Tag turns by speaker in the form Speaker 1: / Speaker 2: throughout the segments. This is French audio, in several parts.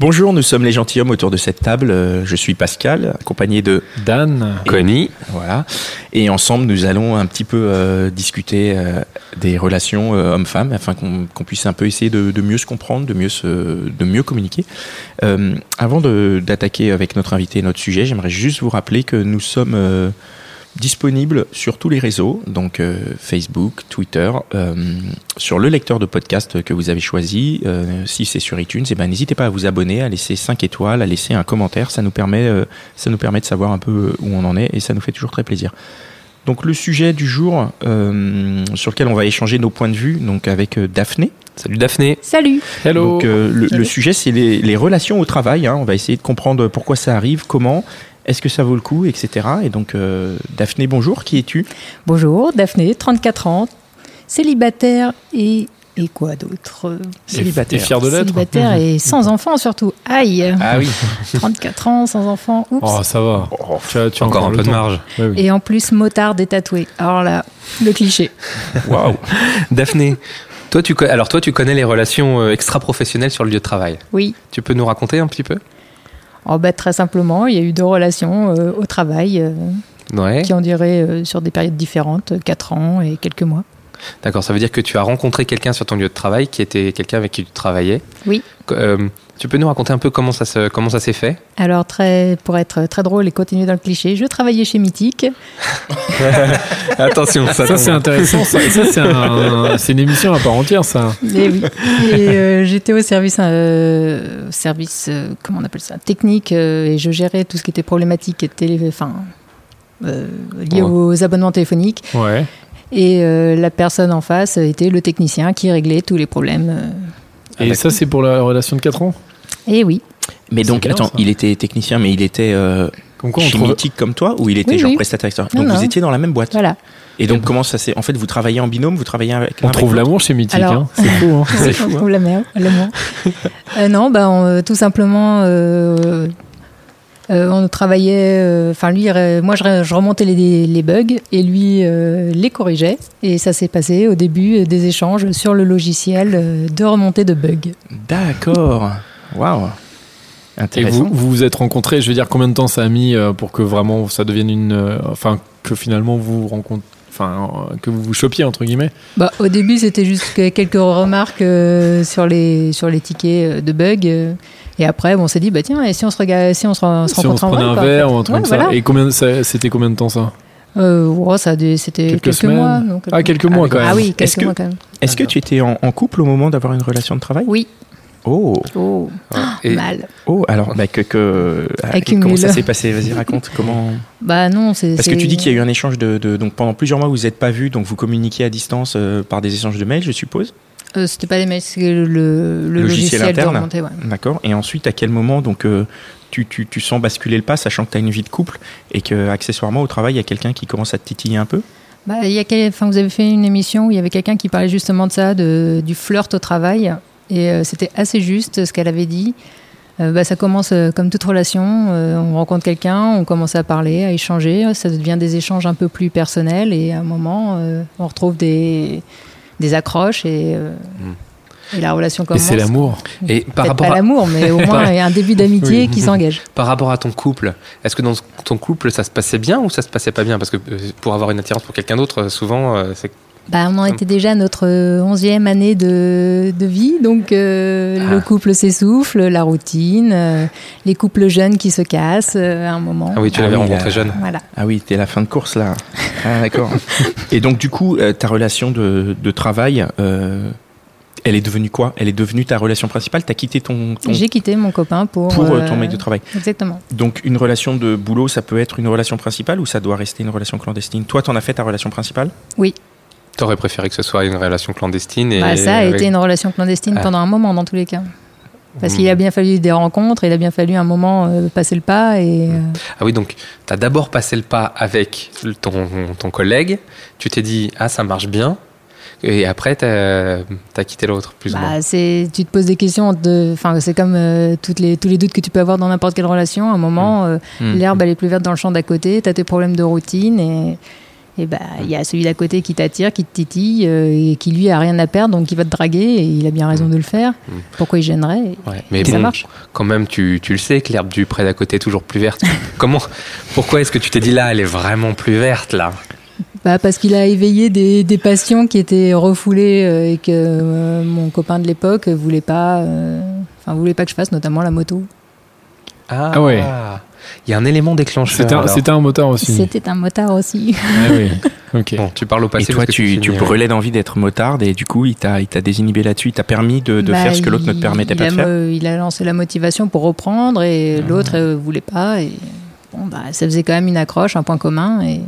Speaker 1: Bonjour, nous sommes les gentilshommes autour de cette table. Euh, Je suis Pascal, accompagné de
Speaker 2: Dan,
Speaker 1: Connie. Voilà. Et ensemble, nous allons un petit peu euh, discuter euh, des relations euh, hommes-femmes afin qu'on qu'on puisse un peu essayer de, de mieux se comprendre, de mieux, se, de mieux communiquer. Euh, avant de- d'attaquer avec notre invité notre sujet, j'aimerais juste vous rappeler que nous sommes euh, disponibles sur tous les réseaux, donc euh, Facebook, Twitter, euh, sur le lecteur de podcast que vous avez choisi. Euh, si c'est sur iTunes, eh ben, n'hésitez pas à vous abonner, à laisser 5 étoiles, à laisser un commentaire. Ça nous permet euh, ça nous permet de savoir un peu euh, où on en est et ça nous fait toujours très plaisir. Donc le sujet du jour euh, sur lequel on va échanger nos points de vue, donc avec euh, Daphné.
Speaker 3: Salut Daphné.
Speaker 4: Salut
Speaker 2: hello.
Speaker 1: Donc euh, le,
Speaker 4: Salut.
Speaker 1: le sujet c'est les, les relations au travail. hein. On va essayer de comprendre pourquoi ça arrive, comment, est-ce que ça vaut le coup, etc. Et donc euh, Daphné, bonjour. Qui es-tu
Speaker 4: Bonjour, Daphné, 34 ans, célibataire et, et quoi d'autre
Speaker 2: T'es fier de l'être
Speaker 4: Célibataire et sans enfant surtout. Aïe
Speaker 1: Ah oui.
Speaker 4: 34 ans, sans enfant, oups
Speaker 2: Oh, ça va.
Speaker 1: Oh,
Speaker 2: Tu as, tu as
Speaker 3: Encore un
Speaker 2: le
Speaker 3: peu de
Speaker 2: temps.
Speaker 3: marge.
Speaker 2: Ouais, oui.
Speaker 4: Et en plus, motard et tatoué. Alors là, le cliché.
Speaker 1: Waouh.
Speaker 3: Daphné, toi, tu, co- alors toi, tu connais les relations euh, extra-professionnelles sur le lieu de travail.
Speaker 4: Oui.
Speaker 3: Tu peux nous raconter un petit peu
Speaker 4: Oh, bah, très simplement, il y a eu deux relations euh, au travail euh,
Speaker 3: Ouais.
Speaker 4: qui ont duré euh, sur des périodes différentes, 4 ans et quelques mois.
Speaker 3: D'accord, ça veut dire que tu as rencontré quelqu'un sur ton lieu de travail qui était quelqu'un avec qui tu travaillais.
Speaker 4: Oui.
Speaker 3: Co- euh, tu peux nous raconter un peu comment ça se- comment ça s'est fait
Speaker 4: Alors, très, pour être très drôle et continuer dans le cliché, je travaillais chez Mythique.
Speaker 3: Attention,
Speaker 2: Ça, c'est intéressant. Ça, Ça, c'est un- c'est une émission à part entière, ça.
Speaker 4: Et oui. Et euh, j'étais au service, euh, service euh, comment on appelle ça, technique, euh, et je gérais tout ce qui était problématique et télé, enfin, euh, lié
Speaker 3: Ouais.
Speaker 4: aux abonnements téléphoniques.
Speaker 2: Ouais.
Speaker 4: Et euh, la personne en face était le technicien qui réglait tous les problèmes. euh.
Speaker 2: Et ça, c'est pour la relation de 4 ans.
Speaker 4: Et oui.
Speaker 1: Mais donc
Speaker 2: C'est bien,
Speaker 1: attends,
Speaker 2: ça.
Speaker 1: il était technicien, mais il était euh,
Speaker 2: Comme quoi, on trouve.
Speaker 1: chimique comme toi ou il était
Speaker 4: Oui,
Speaker 1: genre
Speaker 4: oui.
Speaker 1: prestataire externe
Speaker 4: Non,
Speaker 1: Donc vous
Speaker 4: non.
Speaker 1: étiez dans la même boîte.
Speaker 4: Voilà.
Speaker 1: Et donc comment ça s'est En fait, vous travaillez en binôme, vous travaillez avec. l'un
Speaker 2: On
Speaker 1: avec
Speaker 2: trouve
Speaker 1: l'autre
Speaker 2: l'amour chez Mythique.
Speaker 4: Alors-
Speaker 2: hein. C'est fou. hein.
Speaker 4: On trouve la mer, l'amour. Euh, non, bah, on, euh, tout simplement, euh, euh, on travaillait. euh, Enfin, lui, il re- moi, je, re- je remontais les, les bugs et lui euh, les corrigeait. Et ça s'est passé au début euh, des échanges sur le logiciel euh, de remontée de bugs.
Speaker 1: D'accord. Waouh.
Speaker 2: Et
Speaker 1: Intéressant.
Speaker 2: vous, vous vous êtes rencontrés, je veux dire, combien de temps ça a mis euh, pour que vraiment ça devienne une. euh, Enfin, que finalement vous rencontrez. Enfin, euh, que vous vous chopiez, entre guillemets.
Speaker 4: Bah, au début, c'était juste que quelques remarques euh, sur les sur les tickets euh, de bugs. euh, et après, bon, on s'est dit, bah tiens, et si on se regarde, si on se, re- se
Speaker 2: si on
Speaker 4: rencontre
Speaker 2: se
Speaker 4: en
Speaker 2: prenait
Speaker 4: vrai,
Speaker 2: un
Speaker 4: quoi, en
Speaker 2: verre
Speaker 4: fait.
Speaker 2: ou un truc
Speaker 4: Ouais,
Speaker 2: comme ça.
Speaker 4: voilà.
Speaker 2: Et combien ça- c'était combien de temps ça
Speaker 4: Euh, ouais, ça a dû- c'était
Speaker 2: Quelques
Speaker 4: quelques,
Speaker 2: semaines.
Speaker 4: mois. donc,
Speaker 2: Ah, quelques mois quand même.
Speaker 4: Ah oui,
Speaker 1: Est-ce
Speaker 4: quelques
Speaker 1: que-
Speaker 4: mois quand même.
Speaker 1: Est-ce que tu étais en, en couple au moment d'avoir une relation de travail
Speaker 4: Oui.
Speaker 1: Oh,
Speaker 4: Oh,
Speaker 3: Et-
Speaker 4: mal.
Speaker 1: oh, alors bah, que, que ah, et
Speaker 4: Accumule.
Speaker 1: comment ça s'est passé Vas-y, raconte comment.
Speaker 4: Bah non, c'est.
Speaker 1: Parce que tu dis qu'il y a eu un échange de, de- donc pendant plusieurs mois vous n'êtes pas vus, donc vous communiquez à distance euh, par des échanges de mails, je suppose.
Speaker 4: euh, C'était pas des mails, c'est le, le logiciel,
Speaker 1: interne.
Speaker 4: de remontée, ouais.
Speaker 1: D'accord. Et ensuite, à quel moment donc euh, tu, tu, tu sens basculer le pas, sachant que tu as une vie de couple et que accessoirement au travail il y a quelqu'un qui commence à te titiller un peu.
Speaker 4: Bah, il y a quel- enfin, vous avez fait une émission où il y avait quelqu'un qui parlait justement de ça, de, du flirt au travail. Et euh, c'était assez juste euh, ce qu'elle avait dit. Euh, bah, ça commence euh, comme toute relation. euh, on rencontre quelqu'un, on commence à parler, à échanger. euh, Ça devient des échanges un peu plus personnels. Et à un moment, euh, on retrouve des, des accroches et, euh,
Speaker 1: Hmm.
Speaker 4: et la relation
Speaker 2: Et
Speaker 4: Ah commence.
Speaker 2: c'est l'amour.
Speaker 3: Et par
Speaker 4: Peut-être
Speaker 3: rapport,
Speaker 4: pas
Speaker 3: à,
Speaker 4: l'amour, mais au moins un début d'amitié qui s'engage.
Speaker 3: par rapport à ton couple, est-ce que dans ton couple ça se passait bien ou ça se passait pas bien Parce que euh, pour avoir une attirance pour quelqu'un d'autre, euh, souvent euh, c'est
Speaker 4: Bah, on en
Speaker 3: Hum.
Speaker 4: était déjà à notre euh, onzième année de, de vie, donc euh,
Speaker 3: Ah.
Speaker 4: le couple s'essouffle, la routine, euh, les couples jeunes qui se cassent euh, à un moment.
Speaker 3: ah oui, tu
Speaker 1: Ah
Speaker 3: l'avais
Speaker 1: oui,
Speaker 3: rencontré
Speaker 1: là.
Speaker 3: jeune.
Speaker 4: Voilà.
Speaker 1: Ah oui, t'es à la fin de course là. Ah d'accord. Et donc du coup, euh, ta relation de, de travail, euh, elle est devenue quoi Elle est devenue ta relation principale T'as quitté ton, ton-
Speaker 4: J'ai quitté mon copain pour,
Speaker 1: pour euh,
Speaker 4: euh,
Speaker 1: ton mec de travail.
Speaker 4: Exactement.
Speaker 1: Donc une relation de boulot, ça peut être une relation principale ou ça doit rester une relation clandestine Toi, t'en as fait ta relation principale
Speaker 4: Oui.
Speaker 3: T'aurais préféré que ce soit une relation clandestine et
Speaker 4: Bah, ça a
Speaker 3: avec-
Speaker 4: été une relation clandestine
Speaker 3: Ah.
Speaker 4: pendant un moment, dans tous les cas. Parce
Speaker 3: Hmm.
Speaker 4: qu'il a bien fallu des rencontres, il a bien fallu un moment euh, passer le pas. Et, euh,
Speaker 3: Ah oui, donc t'as d'abord passé le pas avec le- ton, ton collègue, tu t'es dit ah ça marche bien, et après t'as t'as quitté l'autre plus ou moins.
Speaker 4: bah, c'est, tu te poses des questions. De, enfin, c'est comme euh, toutes les, tous les doutes que tu peux avoir dans n'importe quelle relation. À un moment, euh,
Speaker 1: Hmm.
Speaker 4: l'herbe, elle est plus verte dans le champ d'à côté. Tu as tes problèmes de routine. Et et bah, il y a celui d'à côté qui t'attire, qui te titille, euh, et qui lui a rien à perdre, donc il va te draguer. Et il a bien raison de le faire.
Speaker 3: Hmm.
Speaker 4: Pourquoi il gênerait Et
Speaker 3: Ouais, Mais
Speaker 4: Ça
Speaker 3: bon,
Speaker 4: marche.
Speaker 3: quand même, tu, tu le sais que l'herbe du pré d'à côté est toujours plus verte. Comment, pourquoi est-ce que tu t'es dit là, elle est vraiment plus verte là
Speaker 4: Bah, parce qu'il a éveillé des, des passions qui étaient refoulées euh, et que euh, mon copain de l'époque voulait pas, euh, enfin voulait pas que je fasse, notamment la moto.
Speaker 2: Ah ouais.
Speaker 3: Il y a un élément déclencheur.
Speaker 2: C'était un,
Speaker 3: alors.
Speaker 2: c'était un moteur aussi.
Speaker 4: C'était un motard aussi.
Speaker 2: Ah oui. Ok.
Speaker 3: Bon, tu parles au
Speaker 1: Et
Speaker 3: passé.
Speaker 1: toi,
Speaker 3: parce que
Speaker 1: tu, tu
Speaker 3: finis, ouais.
Speaker 1: brûlais d'envie d'être motarde et du coup, il t'a il t'a désinhibé là-dessus, il t'a permis de, de
Speaker 4: Bah,
Speaker 1: faire ce que l'autre ne te
Speaker 4: il-
Speaker 1: permettait
Speaker 4: il
Speaker 1: pas
Speaker 4: a
Speaker 1: de faire. Ah.
Speaker 4: me- il a lancé la motivation pour reprendre et l'autre euh, voulait pas. Et bon, bah, ça faisait quand même une accroche, un point commun et, et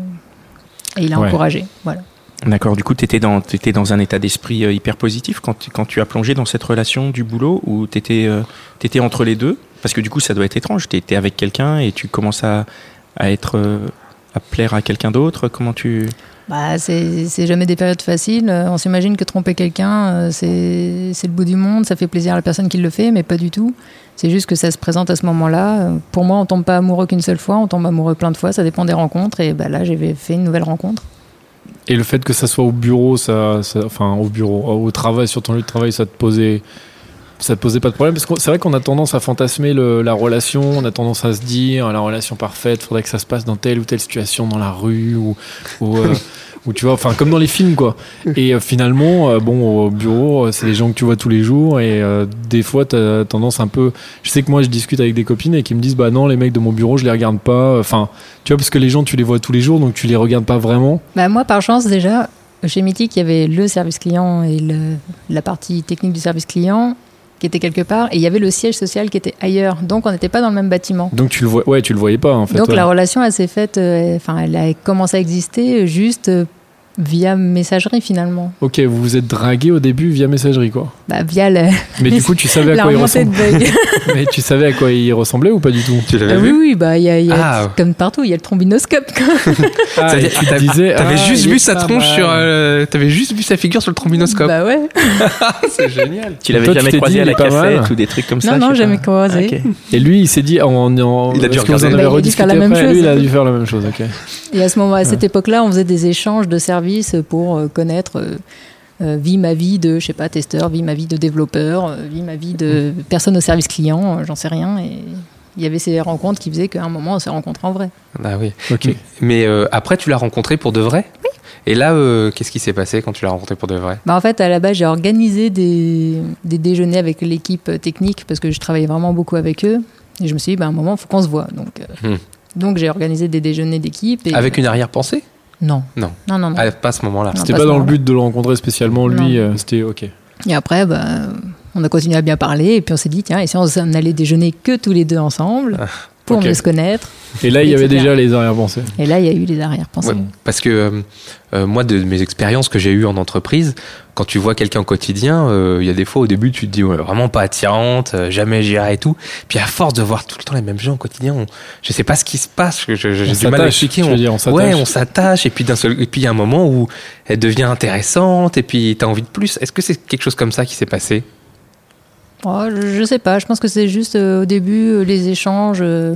Speaker 4: il a
Speaker 2: Ouais.
Speaker 4: encouragé. Voilà.
Speaker 1: D'accord, du coup, t'étais dans, t'étais dans un état d'esprit euh, hyper positif quand, tu- quand tu as plongé dans cette relation du boulot ou t'étais euh, t'étais entre les deux Parce que du coup, ça doit être étrange. T'es t'es avec quelqu'un et tu commences à, à être. euh, à plaire à quelqu'un d'autre Comment tu.
Speaker 4: Bah, c'est c'est jamais des périodes faciles. Euh, On s'imagine que tromper quelqu'un, euh, c'est c'est le bout du monde, ça fait plaisir à la personne qui le fait, mais pas du tout. C'est juste que ça se présente à ce moment-là. Euh, Pour moi, on tombe pas amoureux qu'une seule fois, on tombe amoureux plein de fois, ça dépend des rencontres. Et bah, là, j'ai fait une nouvelle rencontre.
Speaker 2: Et le fait que ça soit au bureau, ça, ça- enfin au bureau, euh, au travail, sur ton lieu de travail, ça te posait, ça te posait pas de problème parce que c'est vrai qu'on a tendance à fantasmer le- la relation, on a tendance à se dire la relation parfaite, faudrait que ça se passe dans telle ou telle situation, dans la rue ou, ou, euh, ou tu vois, enfin comme dans les films quoi. Et euh, finalement, euh, bon, au bureau, euh, c'est des gens que tu vois tous les jours et euh, des fois t'as tendance un peu. Je sais que moi je discute avec des copines et qui me disent bah non les mecs de mon bureau je les regarde pas, enfin tu vois parce que les gens tu les vois tous les jours donc tu les regardes pas vraiment.
Speaker 4: Bah, moi, par chance, déjà, chez Mythique, il y avait le service client et le- la partie technique du service client qui était quelque part, et il y avait le siège social qui était ailleurs. Donc, on n'était pas dans le même bâtiment.
Speaker 2: Donc tu le vois, ouais, tu le voyais pas en fait.
Speaker 4: Donc
Speaker 2: ouais.
Speaker 4: la relation, elle s'est faite, euh, enfin, elle a commencé à exister euh, juste euh, via messagerie finalement,
Speaker 2: Ok, vous vous êtes dragué au début via messagerie quoi.
Speaker 4: bah, via la,
Speaker 2: Mais du coup, tu savais à
Speaker 4: la
Speaker 2: quoi il
Speaker 4: remontée de
Speaker 2: ressemblait.
Speaker 4: bug.
Speaker 2: Mais tu savais à quoi il ressemblait ou pas du tout
Speaker 3: hein. Tu l'avais
Speaker 4: Euh, oui,
Speaker 3: vu
Speaker 4: oui, bah, il y a, il y a-
Speaker 3: Ah.
Speaker 4: comme partout, il y a le trombinoscope. quoi.
Speaker 2: Ah, et
Speaker 3: C'est-à-dire,
Speaker 2: tu
Speaker 3: t'avais-
Speaker 2: disais,
Speaker 3: T'avais
Speaker 2: ah,
Speaker 3: juste
Speaker 2: il
Speaker 3: vu
Speaker 2: est
Speaker 3: sa
Speaker 2: pas
Speaker 3: tronche
Speaker 2: mal.
Speaker 3: sur, euh, t'avais juste vu sa figure sur le trombinoscope.
Speaker 4: bah ouais.
Speaker 3: c'est génial.
Speaker 1: Tu
Speaker 2: Toi,
Speaker 1: l'avais
Speaker 2: tu
Speaker 1: jamais
Speaker 2: t'es
Speaker 1: croisé
Speaker 2: dit,
Speaker 1: à
Speaker 2: il
Speaker 1: la
Speaker 2: est pas mal.
Speaker 1: cafette ou des trucs comme ça
Speaker 4: non, non,
Speaker 1: je sais
Speaker 4: jamais
Speaker 1: pas.
Speaker 4: croisé.
Speaker 1: Ah, Ok.
Speaker 2: Et lui, il s'est dit, ah, en, en-
Speaker 3: Il a dû
Speaker 2: est-ce que vous en avez
Speaker 4: Bah,
Speaker 3: regarder.
Speaker 4: il a dû
Speaker 2: rediscuté
Speaker 4: faire la
Speaker 2: après
Speaker 4: même chose.
Speaker 2: Lui, il a dû faire la même chose. Ok.
Speaker 4: Et à ce moment, à
Speaker 2: Ouais.
Speaker 4: cette époque-là, on faisait des échanges de services pour euh, connaître. euh, euh, vie ma vie de, je sais pas, testeur, vie ma vie de développeur, euh, vie ma vie de
Speaker 3: Mm.
Speaker 4: personne au service client, euh, j'en sais rien. Et il y avait ces rencontres qui faisaient qu'à un moment, on s'est rencontrés en vrai.
Speaker 3: Ah oui.
Speaker 2: Ok.
Speaker 3: Mais, mais, euh, après, tu l'as rencontré pour de vrai Oui. Et là, euh, qu'est-ce qui s'est passé quand tu l'as rencontré pour de vrai
Speaker 4: Bah, en fait, à la base, j'ai organisé des, des déjeuners avec l'équipe euh, technique parce que je travaillais vraiment beaucoup avec eux. Et je me suis dit, bah, à un moment, il faut qu'on se voit. Donc, euh,
Speaker 3: Hmm.
Speaker 4: donc j'ai organisé des déjeuners d'équipe. et-
Speaker 3: Avec une arrière-pensée
Speaker 4: Non.
Speaker 3: Non.
Speaker 4: Non, non, non.
Speaker 3: Ah, Pas à ce moment-là.
Speaker 4: Non.
Speaker 2: C'était
Speaker 4: pas
Speaker 2: pas dans le
Speaker 4: vraiment.
Speaker 2: but de le rencontrer spécialement. Lui, euh, c'était ok.
Speaker 4: Et après, bah, on a continué à bien parler. Et puis, on s'est dit, tiens, et si on s'en allait déjeuner que tous les deux ensemble pour
Speaker 2: ok.
Speaker 4: mieux se connaître
Speaker 2: Et là, il y avait
Speaker 4: Etc.
Speaker 2: déjà les arrière-pensées.
Speaker 4: Et là, il y a eu les arrière-pensées.
Speaker 3: Ouais, parce que euh, euh, moi, de mes expériences que j'ai eues en entreprise, quand tu vois quelqu'un au quotidien, euh, il y a des fois au début, tu te dis ouais, vraiment pas attirante, euh, jamais j'irai et tout. Puis à force de voir tout le temps les mêmes gens au quotidien, on, je sais pas ce qui se passe, je- je-
Speaker 2: On
Speaker 3: j'ai du mal à
Speaker 2: s'attache,
Speaker 3: expliquer.
Speaker 2: tu veux dire, on s'attache.
Speaker 3: ouais, on s'attache et puis d'un seul, et puis il y a un moment où elle devient intéressante et puis t'as envie de plus. Est-ce que c'est quelque chose comme ça qui s'est passé
Speaker 4: Oh, je je sais pas, je pense que c'est juste euh, au début euh, les échanges. euh,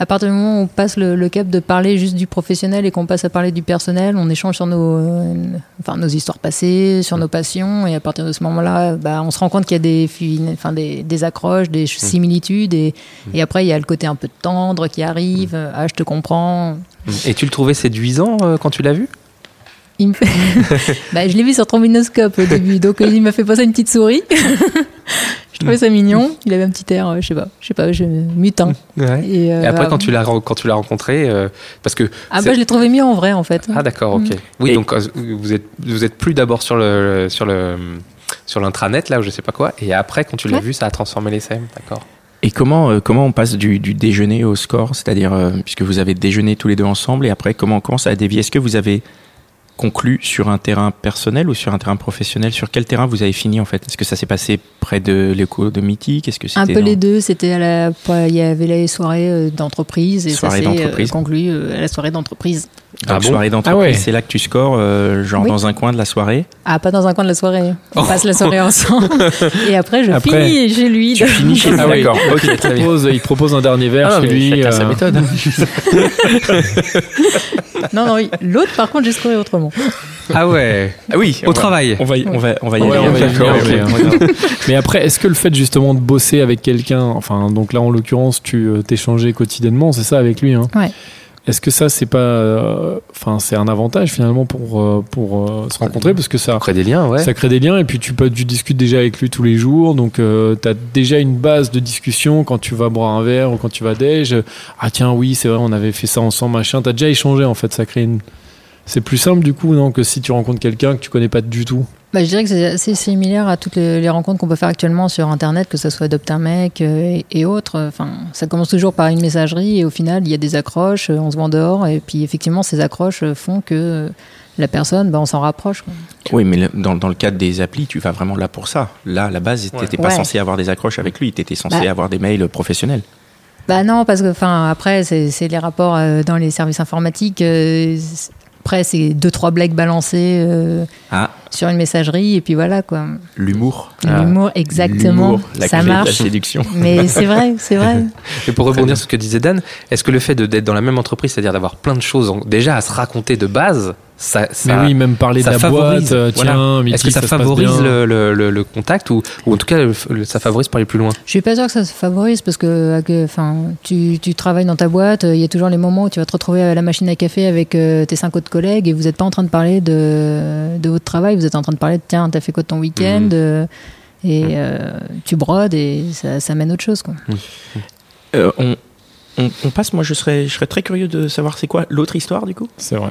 Speaker 4: à partir du moment où on passe le, le cap de parler juste du professionnel et qu'on passe à parler du personnel, on échange sur nos, euh, enfin, nos histoires passées, sur nos passions. Et à partir de ce moment-là, bah, on se rend compte qu'il y a des, fui- enfin, des, des accroches, des ch- similitudes. Et, et après, il y a le côté un peu tendre qui arrive. euh, Ah, je te comprends.
Speaker 3: Et tu le trouvais séduisant euh, quand tu l'as vu
Speaker 4: Il me fait- Bah, je l'ai vu sur trombinoscope au début, donc euh, il m'a fait passer une petite souris. je trouvais ça mignon. Il avait un petit air, euh, je sais pas, je sais pas, je... mutin.
Speaker 3: Ouais.
Speaker 4: Et, euh,
Speaker 3: Et après,
Speaker 4: ah,
Speaker 3: quand tu l'as re- quand tu l'as rencontré, euh, parce que
Speaker 4: ah
Speaker 3: c'est-
Speaker 4: bah je l'ai trouvé mieux en vrai en fait.
Speaker 3: Ah d'accord, ok.
Speaker 4: Mm.
Speaker 3: Oui,
Speaker 1: Et-
Speaker 3: donc euh, vous êtes vous êtes plus d'abord sur le sur le sur l'intranet là ou je sais pas quoi et après quand tu l'as
Speaker 4: Ouais.
Speaker 3: vu ça a transformé les SEM, d'accord.
Speaker 1: Et comment, euh, comment on passe du, du déjeuner au score C'est-à-dire, euh, puisque vous avez déjeuné tous les deux ensemble, et après, comment on commence à dévier Est-ce que vous avez conclu sur un terrain personnel ou sur un terrain professionnel Sur quel terrain vous avez fini en fait Est-ce que ça s'est passé près de l'écho de Mythique Est-ce que
Speaker 4: Un
Speaker 1: c'était
Speaker 4: peu les
Speaker 1: dans-
Speaker 4: deux, c'était à la, il y avait les soirées euh, d'entreprise et
Speaker 1: Soirée
Speaker 4: ça s'est euh,
Speaker 1: d'entreprise.
Speaker 4: conclu euh, à la soirée d'entreprise.
Speaker 1: dans
Speaker 3: Ah
Speaker 1: une
Speaker 3: bon
Speaker 1: soirée d'entreprise
Speaker 2: Ah ouais.
Speaker 1: C'est là que tu scores, euh, genre
Speaker 4: Oui.
Speaker 1: dans un coin de la soirée.
Speaker 4: Ah, pas dans un coin de la soirée. On passe la soirée ensemble et après je
Speaker 2: Après,
Speaker 4: finis chez lui.
Speaker 1: Tu finis chez lui.
Speaker 2: Ah oui.
Speaker 1: D'accord. Ok,
Speaker 2: Il
Speaker 1: très bien.
Speaker 2: propose, il propose un dernier verre
Speaker 1: Ah,
Speaker 2: chez
Speaker 1: mais
Speaker 2: lui.
Speaker 1: chacun sa
Speaker 2: euh,
Speaker 1: méthode.
Speaker 4: Non, non, oui. l'autre par contre j'ai scoré autrement.
Speaker 3: Ah ouais.
Speaker 1: Ah oui.
Speaker 3: Au travail.
Speaker 1: On va y, on va, on va y
Speaker 2: Ouais,
Speaker 1: aller.
Speaker 2: on va y
Speaker 1: D'accord,
Speaker 2: venir,
Speaker 1: ok.
Speaker 2: Mais après, est-ce que le fait justement de bosser avec quelqu'un, enfin, donc là en l'occurrence, tu euh, t'échangeais quotidiennement, c'est ça avec lui, hein
Speaker 4: Ouais.
Speaker 2: Est-ce que ça, c'est pas, euh, enfin, c'est un avantage finalement pour euh, pour euh, se rencontrer parce que ça.
Speaker 3: Après des liens, ouais.
Speaker 2: Ça crée des liens et puis tu, peux, tu discutes déjà avec lui tous les jours, donc tu as déjà une base de discussion quand tu vas boire un verre ou quand tu vas déj. Ah tiens oui c'est vrai on avait fait ça ensemble machin. T'as déjà échangé en fait, ça crée une. C'est plus simple du coup non que si tu rencontres quelqu'un que tu connais pas du tout.
Speaker 4: Bah, je dirais que c'est assez similaire à toutes les, les rencontres qu'on peut faire actuellement sur Internet, que ce soit Adopt un mec euh, et, et autres. Enfin, ça commence toujours par une messagerie et au final, il y a des accroches, euh, on se voit en dehors. Et puis, effectivement, ces accroches euh, font que euh, la personne, bah, on s'en rapproche. quoi.
Speaker 1: Oui, mais le- dans, dans le cadre des applis, tu vas vraiment là pour ça. Là, à la base, tu
Speaker 3: Ouais.
Speaker 1: n'étais pas
Speaker 4: Ouais.
Speaker 1: censé avoir des accroches avec lui. Tu étais censé
Speaker 4: Bah.
Speaker 1: avoir des mails professionnels.
Speaker 4: Bah non, parce que enfin après c'est c'est les rapports euh, dans les services informatiques. euh, c'est- après c'est deux trois blagues balancées euh,
Speaker 1: Ah,
Speaker 4: sur une messagerie et puis voilà quoi.
Speaker 1: l'humour.
Speaker 4: L'humour exactement,
Speaker 1: Ah, L'humour, la
Speaker 4: ça
Speaker 1: clé de la
Speaker 4: marche.
Speaker 1: séduction.
Speaker 4: Mais c'est vrai, c'est vrai.
Speaker 3: Et pour rebondir sur ce que disait Dan, est-ce que le fait de- d'être dans la même entreprise, c'est-à-dire d'avoir plein de choses en- déjà à se raconter de base, ça, ça,
Speaker 2: Mais oui, même parler de
Speaker 3: ça
Speaker 2: la
Speaker 3: favorise,
Speaker 2: boîte, euh, tiens,
Speaker 3: voilà.
Speaker 2: Mythique,
Speaker 3: Est-ce que ça,
Speaker 2: se passe
Speaker 3: favorise
Speaker 2: bien.
Speaker 3: le, le- le- le contact ou, ou en tout cas le- le- ça favorise pour aller plus loin
Speaker 4: Je suis pas sûr que ça se favorise parce que, que, enfin, tu, tu travailles dans ta boîte, euh, il y a toujours les moments où tu vas te retrouver à la machine à café avec euh, tes cinq autres collègues et vous n'êtes pas en train de parler de, de votre travail, vous êtes en train de parler de tiens, t'as fait quoi de ton week-end
Speaker 3: Mhm.
Speaker 4: euh, et euh, tu brodes et ça, ça mène à autre chose quoi.
Speaker 1: Euh, on, on- on passe, moi je serais, je serais très curieux de savoir c'est quoi l'autre histoire du coup
Speaker 2: C'est vrai.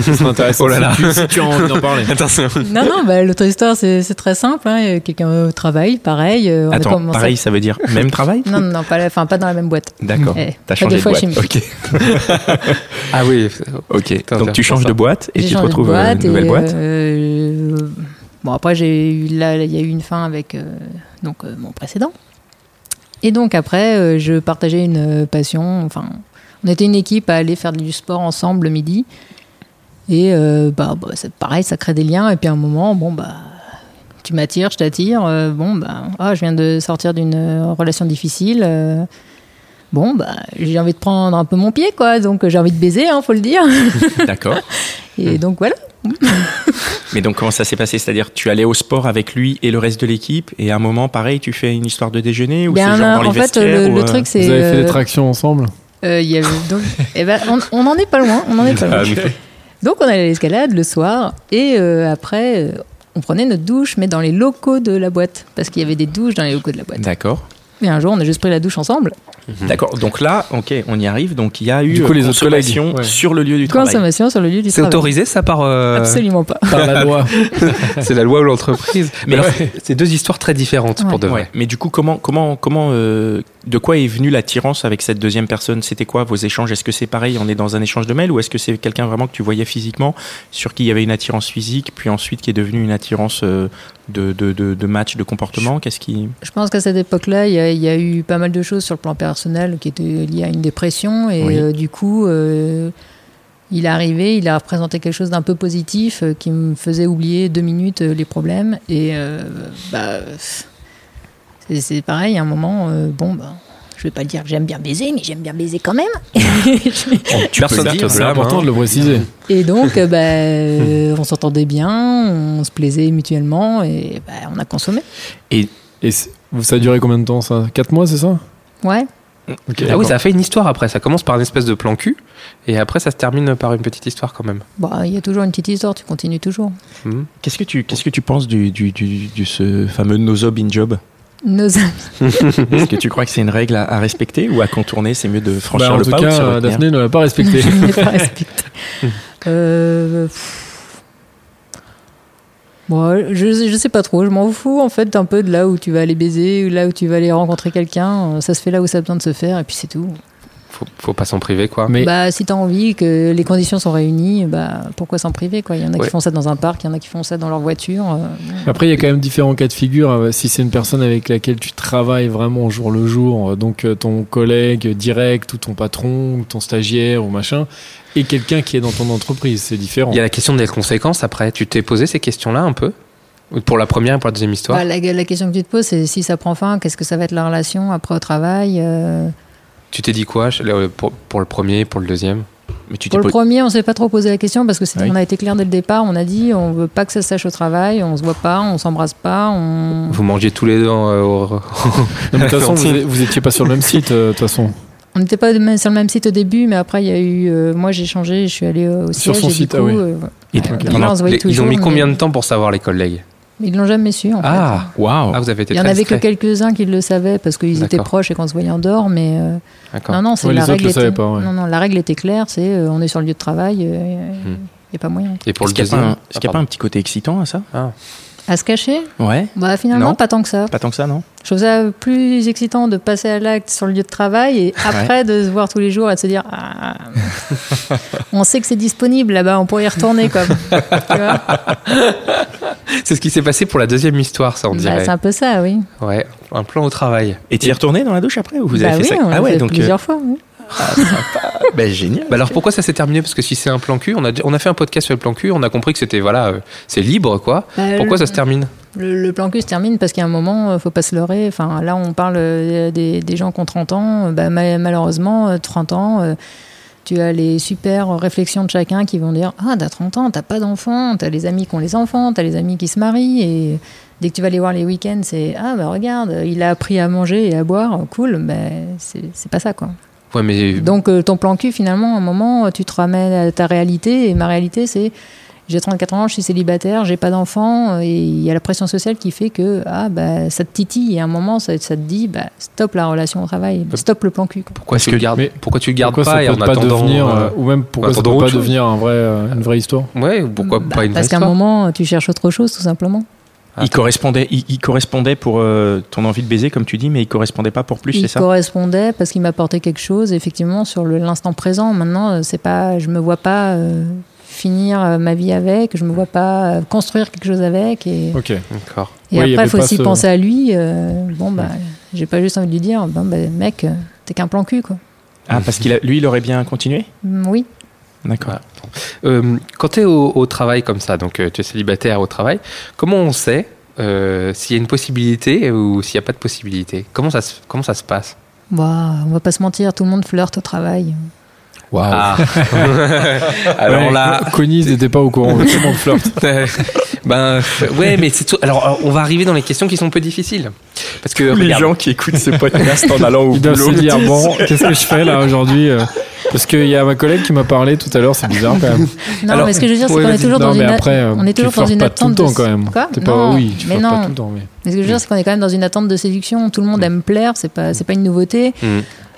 Speaker 2: c'est intéressant.
Speaker 3: Oh là là.
Speaker 2: Si, tu, si tu as envie d'en parler.
Speaker 3: Attention.
Speaker 4: Non, non, bah, l'autre histoire, c'est c'est très simple. hein. Euh, Quelqu'un au travail, pareil. euh, on a
Speaker 1: Attends,
Speaker 4: commencé-
Speaker 1: pareil, ça veut dire même travail
Speaker 4: Non, non, non, pas, la- enfin, pas dans la même boîte.
Speaker 1: D'accord,
Speaker 4: Eh,
Speaker 1: t'as
Speaker 4: pas
Speaker 1: changé
Speaker 4: des
Speaker 1: de
Speaker 4: fois
Speaker 1: boîte.
Speaker 4: chez Mythique.
Speaker 1: Ok,
Speaker 3: Ah oui.
Speaker 1: ok.
Speaker 3: Putain,
Speaker 1: donc tu
Speaker 3: c'est
Speaker 1: changes
Speaker 3: ça.
Speaker 1: de boîte et
Speaker 4: J'ai
Speaker 1: tu te
Speaker 4: changé de
Speaker 1: retrouves à une
Speaker 4: et,
Speaker 1: nouvelle boîte.
Speaker 4: euh, bon, après, j'ai eu, là, il y a eu une fin avec euh, donc, euh, mon précédent. Et donc, après, euh, je partageais une euh, passion. Enfin, on était une équipe à aller faire du sport ensemble le midi. Et euh, bah, bah, c'est pareil, ça crée des liens. Et puis, à un moment, bon, bah. Tu m'attires, je t'attire. euh, bon, bah, ah, je viens de sortir d'une euh, relation difficile. euh, bon, bah, j'ai envie de prendre un peu mon pied, quoi. Donc, euh, j'ai envie de baiser, hein, faut le dire.
Speaker 1: D'accord. Hmm.
Speaker 4: Et donc, voilà.
Speaker 1: Mais donc comment ça s'est passé C'est-à-dire tu allais au sport avec lui et le reste de l'équipe et à un moment pareil tu fais une histoire de déjeuner ou c'est
Speaker 4: Ben,
Speaker 1: genre dans les
Speaker 4: en fait,
Speaker 1: vestiaires
Speaker 4: le,
Speaker 1: ou,
Speaker 4: le
Speaker 1: euh,
Speaker 4: truc,
Speaker 2: Vous
Speaker 4: c'est.
Speaker 2: avez fait
Speaker 4: euh,
Speaker 2: des tractions ensemble
Speaker 4: euh, il y avait donc, eh ben, on, on en est pas loin. On en est pas loin.
Speaker 1: Ah, mais-
Speaker 4: Donc, on allait à l'escalade le soir et euh, après, euh, on prenait notre douche, mais dans les locaux de la boîte. Parce qu'il y avait des douches dans les locaux de la boîte.
Speaker 1: D'accord.
Speaker 4: Et un jour, on a juste pris la douche ensemble.
Speaker 1: D'accord. Donc là, ok, on y arrive. Donc il y a eu euh,
Speaker 2: Du coup, les autres
Speaker 1: consommation
Speaker 2: collègues, ouais.
Speaker 1: sur le lieu du travail.
Speaker 4: Consommation sur le lieu du
Speaker 3: C'est
Speaker 4: travail.
Speaker 3: autorisé ça par. euh,
Speaker 4: Absolument pas.
Speaker 2: Par la loi.
Speaker 3: C'est la loi ou l'entreprise. Mais
Speaker 1: Mais
Speaker 3: alors, c'est- c'est deux histoires très différentes
Speaker 4: Ouais.
Speaker 3: pour de vrai.
Speaker 1: Ouais. Mais du coup, comment, comment, comment, euh, de quoi est venue l'attirance avec cette deuxième personne C'était quoi vos échanges Est-ce que c'est pareil On est dans un échange de mails ou est-ce que c'est quelqu'un vraiment que tu voyais physiquement, sur qui il y avait une attirance physique, puis ensuite qui est devenue une attirance euh, de, de, de, de match, de comportement Qu'est-ce qui
Speaker 4: Je pense qu'à cette époque-là, il y, a- il y a eu pas mal de choses sur le plan personnel qui étaient liées à une dépression. Et
Speaker 1: Oui.
Speaker 4: euh, du coup, euh, il est arrivé, il a représenté quelque chose d'un peu positif euh, qui me faisait oublier deux minutes euh, les problèmes. Et euh, bah, pff, c'est- c'est pareil, à un moment, euh, bon, bah, je vais pas dire que j'aime bien baiser, mais j'aime bien baiser quand même.
Speaker 3: Personne
Speaker 1: dire,
Speaker 3: dit,
Speaker 2: C'est
Speaker 3: blâme,
Speaker 2: important
Speaker 3: hein.
Speaker 2: de le préciser.
Speaker 4: Et donc, euh, bah, euh, on s'entendait bien, on se plaisait mutuellement et bah, on a consommé.
Speaker 2: Et c'est- ça a duré combien de temps ça 4 mois, c'est ça Bah,
Speaker 4: Ouais.
Speaker 2: Ok.
Speaker 3: Ah oui, ça a fait une histoire après. Ça commence par une espèce de plan cul et après ça se termine par une petite histoire quand même.
Speaker 4: Bah, Il y a toujours une petite histoire, tu continues toujours.
Speaker 3: Mhm.
Speaker 1: Qu'est-ce que tu, qu'est-ce que tu penses du, du, du, du- ce fameux nozo bin job
Speaker 4: Nos
Speaker 1: Est-ce que tu crois que c'est une règle à, à respecter ou à contourner C'est mieux de franchir
Speaker 2: Bah, en
Speaker 1: le
Speaker 2: tout
Speaker 1: pas ou de se
Speaker 2: cas, euh,
Speaker 1: retenir
Speaker 2: Daphné ne l'a pas respecté.
Speaker 4: je ne l'ai pas respecté. Euh, pff. Bon, je, je sais pas trop, je m'en fous en fait un peu de là où tu vas aller baiser, ou là où tu vas aller rencontrer quelqu'un. Euh, Ça se fait là où ça a besoin de se faire, et puis c'est tout.
Speaker 3: faut, faut pas s'en priver quoi.
Speaker 2: Mais
Speaker 4: Bah, si t'as envie que les conditions sont réunies, bah, pourquoi s'en priver quoi Il y en a
Speaker 3: Ouais.
Speaker 4: qui font ça dans un parc, il y en a qui font ça dans leur voiture. euh,
Speaker 2: Après, il y a quand même différents cas de figure. Euh, Si c'est une personne avec laquelle tu travailles vraiment au jour le jour, euh, donc euh, ton collègue direct ou ton patron ou ton stagiaire ou machin, et quelqu'un qui est dans ton entreprise, c'est différent.
Speaker 3: Il y a la question des conséquences après. Tu t'es posé ces questions-là un peu Pour la première et pour la deuxième histoire
Speaker 4: bah, la, la question que tu te poses, c'est si ça prend fin, qu'est-ce que ça va être la relation après au travail euh,
Speaker 3: Tu t'es dit quoi je- le- pour, pour le premier, pour le deuxième
Speaker 1: Mais tu t'es
Speaker 4: Pour le
Speaker 1: posé-
Speaker 4: premier, on s'est pas trop posé la question parce que c'était-
Speaker 1: Oui.
Speaker 4: on a été clair dès le départ. On a dit, on veut pas que ça se sache au travail, on se voit pas, on s'embrasse pas, on.
Speaker 3: Vous mangez tous les deux euh, au-
Speaker 2: Non, mais De toute façon, vous,
Speaker 3: Cantine.
Speaker 2: é- vous étiez pas sur le même site, euh, de toute façon.
Speaker 4: On n'était pas de même- sur le même site au début, mais après il y a eu. euh, moi j'ai changé, je suis allée euh, au
Speaker 2: Sur
Speaker 4: siège.
Speaker 2: son
Speaker 4: et du
Speaker 2: site,
Speaker 4: coup,
Speaker 2: ah oui.
Speaker 4: euh,
Speaker 2: Et-
Speaker 4: ouais,
Speaker 2: ok.
Speaker 4: là, on se voyait
Speaker 3: Les- Ils ont
Speaker 4: toujours,
Speaker 3: mis
Speaker 4: mais-
Speaker 3: combien de temps pour savoir les collègues
Speaker 4: mais Ils l'ont jamais su. En fait.
Speaker 3: ah,
Speaker 1: Waouh
Speaker 3: ah, vous avez été
Speaker 4: Il y en
Speaker 3: très
Speaker 4: avait que
Speaker 3: discret.
Speaker 4: quelques-uns qui le savaient parce qu'ils étaient
Speaker 3: D'accord.
Speaker 4: proches et qu'on se voyait en dehors, mais euh,
Speaker 3: D'accord.
Speaker 4: non non, c'est
Speaker 2: Ouais,
Speaker 4: la
Speaker 2: les autres
Speaker 4: règle.
Speaker 2: le
Speaker 4: était,
Speaker 2: savaient pas, ouais.
Speaker 4: Non non, la règle était claire, c'est euh, on est sur le lieu de travail, euh, il n'y a pas moyen.
Speaker 3: Et pour
Speaker 1: Est-ce
Speaker 3: le
Speaker 1: qu'il n'y a,
Speaker 3: deuxième
Speaker 1: pas un- est-ce
Speaker 3: Ah,
Speaker 1: qu'il y a pas
Speaker 3: pardon.
Speaker 1: un petit côté excitant à ça
Speaker 4: À se cacher
Speaker 1: Ouais.
Speaker 4: Bah finalement
Speaker 1: Non.
Speaker 4: pas tant que ça.
Speaker 1: Pas tant que ça, non
Speaker 4: Je trouve ça plus excitant de passer à l'acte sur le lieu de travail et après de se voir tous les jours et de se dire Ah, on sait que c'est disponible là-bas, on pourrait y retourner quoi. Tu vois
Speaker 3: C'est ce qui s'est passé pour la deuxième histoire, ça on
Speaker 4: Bah,
Speaker 3: dirait.
Speaker 4: c'est un peu ça, oui.
Speaker 3: Ouais, un plan au travail.
Speaker 1: Et t'y es retourné dans la douche après ou vous
Speaker 4: Bah
Speaker 1: avez
Speaker 4: oui,
Speaker 1: fait ça
Speaker 4: on l'a
Speaker 1: Ah ouais,
Speaker 4: fait
Speaker 1: donc. euh,
Speaker 4: plusieurs fois. oui.
Speaker 1: bah, génial.
Speaker 3: Bah alors pourquoi ça s'est terminé Parce que si c'est un plan cul, on a, on a fait un podcast sur le plan cul, on a compris que c'était voilà, euh, c'est libre quoi.
Speaker 4: Bah,
Speaker 3: Pourquoi
Speaker 4: le,
Speaker 3: ça se termine
Speaker 4: le, le plan cul se termine parce qu'à un moment, euh, faut pas se leurrer. Enfin, là, on parle euh, des, des gens qui ont 30 ans. Euh, Bah, ma- malheureusement, euh, 30 ans, euh, tu as les super réflexions de chacun qui vont dire Ah, t'as 30 ans, t'as pas d'enfants, t'as les amis qui ont les enfants, t'as les amis qui se marient. Et dès que tu vas les voir les week-ends, c'est Ah, bah regarde, il a appris à manger et à boire, cool, mais c'est c'est pas ça quoi.
Speaker 3: Ouais, mais
Speaker 4: Donc euh, ton plan cul, finalement, à un moment, tu te ramènes à ta réalité. Et ma réalité, c'est j'ai 34 ans, je suis célibataire, j'ai pas d'enfant. euh, Et il y a la pression sociale qui fait que ah, bah, ça te titille. Et à un moment, ça, ça te dit bah, stop la relation au travail,
Speaker 3: Bah,
Speaker 4: stop le plan cul. quoi.
Speaker 3: pourquoi
Speaker 1: parce
Speaker 3: tu le
Speaker 1: que-
Speaker 3: gardes
Speaker 2: mais-
Speaker 3: Pourquoi tu le gardes
Speaker 2: pourquoi
Speaker 3: pas et
Speaker 2: ça
Speaker 3: en
Speaker 2: peut pas
Speaker 3: attendant
Speaker 2: devenir,
Speaker 3: euh,
Speaker 2: euh, ou même pourquoi
Speaker 3: en
Speaker 2: ça peut
Speaker 3: attendant
Speaker 2: pas
Speaker 3: autre chose.
Speaker 2: devenir un vrai, euh, une vraie histoire
Speaker 3: Ouais, ou pourquoi
Speaker 4: Bah,
Speaker 3: pas une
Speaker 4: Parce qu'à un
Speaker 3: histoire
Speaker 4: moment, tu cherches autre chose, tout simplement.
Speaker 1: Il correspondait, il, il correspondait pour euh, ton envie de baiser, comme tu dis, mais il correspondait pas pour plus, c'est
Speaker 4: il
Speaker 1: ça
Speaker 4: correspondait parce qu'il m'apportait quelque chose, effectivement, sur le- l'instant présent. Maintenant, euh, c'est pas, je me vois pas euh, finir euh, ma vie avec, je me vois pas euh, construire quelque chose avec. Et...
Speaker 2: Ok.
Speaker 3: D'accord.
Speaker 4: Et
Speaker 2: Ouais, il y
Speaker 4: après,
Speaker 2: avait
Speaker 4: il faut
Speaker 2: pas
Speaker 4: aussi
Speaker 2: ce-
Speaker 4: penser à lui. euh, bon, bah, j'ai pas juste envie de lui dire, bon, bah, mec, euh, t'es qu'un plan cul, quoi.
Speaker 1: Ah, parce qu'il a- lui, il aurait bien continué
Speaker 4: Mm, Oui.
Speaker 1: D'accord.
Speaker 3: Ouais. Euh, quand tu es au, au travail comme ça, donc euh, tu es célibataire au travail, comment on sait euh, s'il y a une possibilité ou s'il n'y a pas de possibilité Comment ça se, comment ça se passe
Speaker 4: Bah, on va pas se mentir, tout le monde flirte au travail.
Speaker 3: Ah. Alors
Speaker 2: Ouais,
Speaker 3: là,
Speaker 2: Connie n'était pas au courant. Tout le monde flirte.
Speaker 3: Euh, ben euh, ouais, mais c'est tout. Alors alors, on va arriver dans les questions qui sont un peu difficiles parce que regarde,
Speaker 1: qui écoutent ce podcast en allant au
Speaker 2: Ils doivent se dire bon, qu'est-ce que je fais là aujourd'hui euh, Parce qu'il y a ma collègue qui m'a parlé tout à l'heure, c'est bizarre quand même.
Speaker 4: Non,
Speaker 3: Alors,
Speaker 4: mais ce que je veux dire, c'est
Speaker 3: ouais,
Speaker 4: qu'on est
Speaker 3: vas-y.
Speaker 4: toujours
Speaker 2: non,
Speaker 4: dans
Speaker 2: mais
Speaker 4: une, a-
Speaker 2: après, euh,
Speaker 4: on est
Speaker 2: tu
Speaker 4: toujours dans
Speaker 2: flirtes
Speaker 4: une
Speaker 2: pas tout
Speaker 4: attente
Speaker 2: le temps
Speaker 4: de-
Speaker 2: quand même.
Speaker 4: Quoi
Speaker 2: T'es pas,
Speaker 4: non,
Speaker 2: oui, tu
Speaker 4: mais
Speaker 2: flirtes pas
Speaker 4: non.
Speaker 2: tout le temps. Mais...
Speaker 4: Mais ce que je veux dire, c'est qu'on est quand même dans une attente de séduction. Tout le monde aime plaire, c'est pas, c'est pas une nouveauté.
Speaker 3: Mm.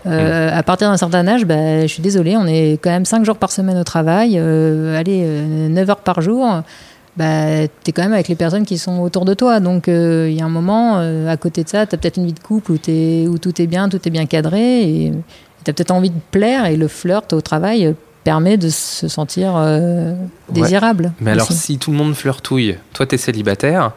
Speaker 4: Euh, À partir d'un certain âge, bah, je suis désolée, on est quand même 5 jours par semaine au travail, euh, allez, 9 heures par jour. Bah, t'es quand même avec les personnes qui sont autour de toi. Donc, euh, il y a un moment, euh, à côté de ça, t'as peut-être une vie de couple où, t'es- où tout est bien, tout est bien cadré. Et t'as peut-être envie de plaire. Et le flirt au travail euh, permet de se sentir euh,
Speaker 3: Ouais.
Speaker 4: désirable.
Speaker 3: mais alors
Speaker 4: aussi.
Speaker 3: si tout le monde flirtouille, toi t'es célibataire,